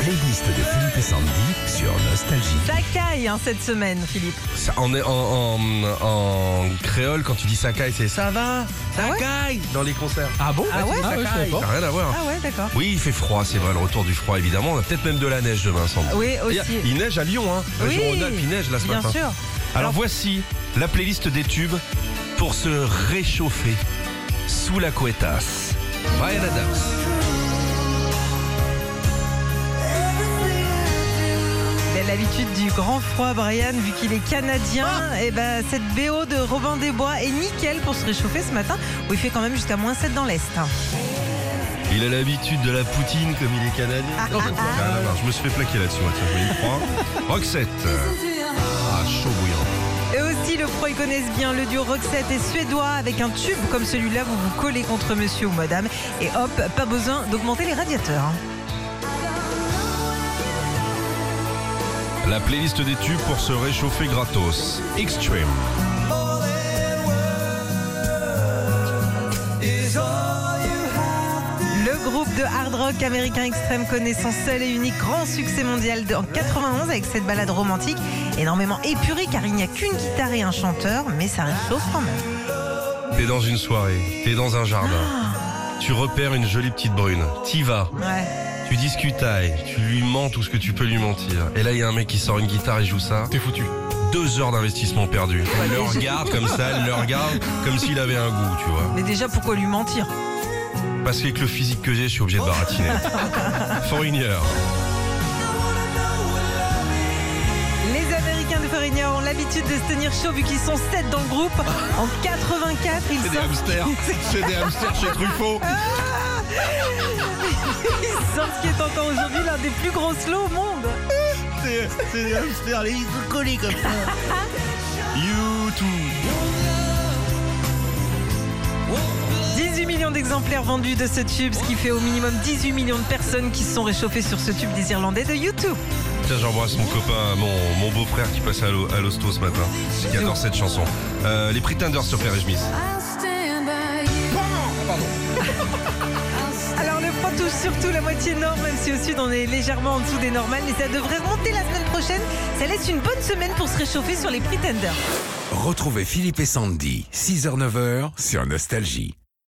playlist de Philippe et Sandy sur Nostalgie. Ça caille hein, cette semaine, Philippe. Ça- en, en, en- en créole, quand tu dis Sakai, c'est ça va, Ah ouais Sakai dans les concerts. Ah bon Ah ouais Ça Ah ouais, je caille, savais pas. ça n'a rien à voir. Ah ouais, d'accord. Oui, il fait froid, c'est vrai, le retour du froid, évidemment. On a peut-être même de la neige demain, Sandy. Oui, Il y a- Ah aussi. Eh Il neige à Lyon, hein. Oui, Région Rhône-Alpes, il neige là ce bien matin. sûr. Alors voici la playlist des tubes pour se réchauffer sous la couettasse. Brian Adams. Il a l'habitude du grand froid, Brian, vu qu'il est canadien. Ah Et ben cette BO de Robin Desbois est nickel pour se réchauffer ce matin, où il fait quand même jusqu'à moins 7 dans l'Est. hein. Il a l'habitude de la poutine comme il est canadien. Ah, Non, ça n'a rien à voir. Je me suis fait plaquer là-dessus, moi, tiens, je vais y croire. Roxette. Ah, chaud bouillant. Eux aussi, le pro, ils connaissent bien le duo Roxette et Suédois. Avec un tube comme celui-là, vous vous collez contre monsieur ou madame. Et hop, pas besoin d'augmenter les radiateurs. hein. La playlist des tubes pour se réchauffer gratos. Extreme. Le groupe de hard rock américain extrême connaît son seul et unique grand succès mondial de- en 91 avec cette balade romantique énormément épurée car il n'y a qu'une guitare et un chanteur, mais ça réchauffe quand même. T'es dans une soirée, t'es dans un jardin. Tu repères une jolie petite brune. T'y vas. Ouais. Tu discutes aille, tu lui mens tout ce que tu peux lui mentir. Et là, il y a un mec qui sort une guitare et joue ça. T'es foutu. Deux heures d'investissement perdu. Elle le regarde comme ça, elle le regarde comme s'il avait un goût, tu vois. Mais déjà, pourquoi lui mentir Parce qu'avec le physique que j'ai, je suis obligé de baratiner. Foreigner. Les Américains de Farina ont l'habitude de se tenir chaud vu qu'ils sont 7 dans le groupe. En 84, ils C'est des sortent, hamsters. C'est des hamsters chez Truffaut. Ah ils sortent ce qui est encore aujourd'hui l'un des plus gros slows au monde. C'est des hamsters, les se collés comme ça. You too. 18 millions d'exemplaires vendus de ce tube, ce qui fait au minimum 18 millions de personnes qui se sont réchauffées sur ce tube des Irlandais de YouTube. Tiens, j'embrasse mon copain, mon, mon beau-frère qui passait à l'ho- à l'hosto ce matin, qui adore cette chanson. Euh, les Pretenders sur Frère et Smith. Alors le froid touche surtout la moitié nord, même si au sud on est légèrement en dessous des normales, mais ça devrait monter la semaine prochaine. Ça laisse une bonne semaine pour se réchauffer sur les Pretenders. Retrouvez Philippe et Sandy, 6h-9h sur Nostalgie.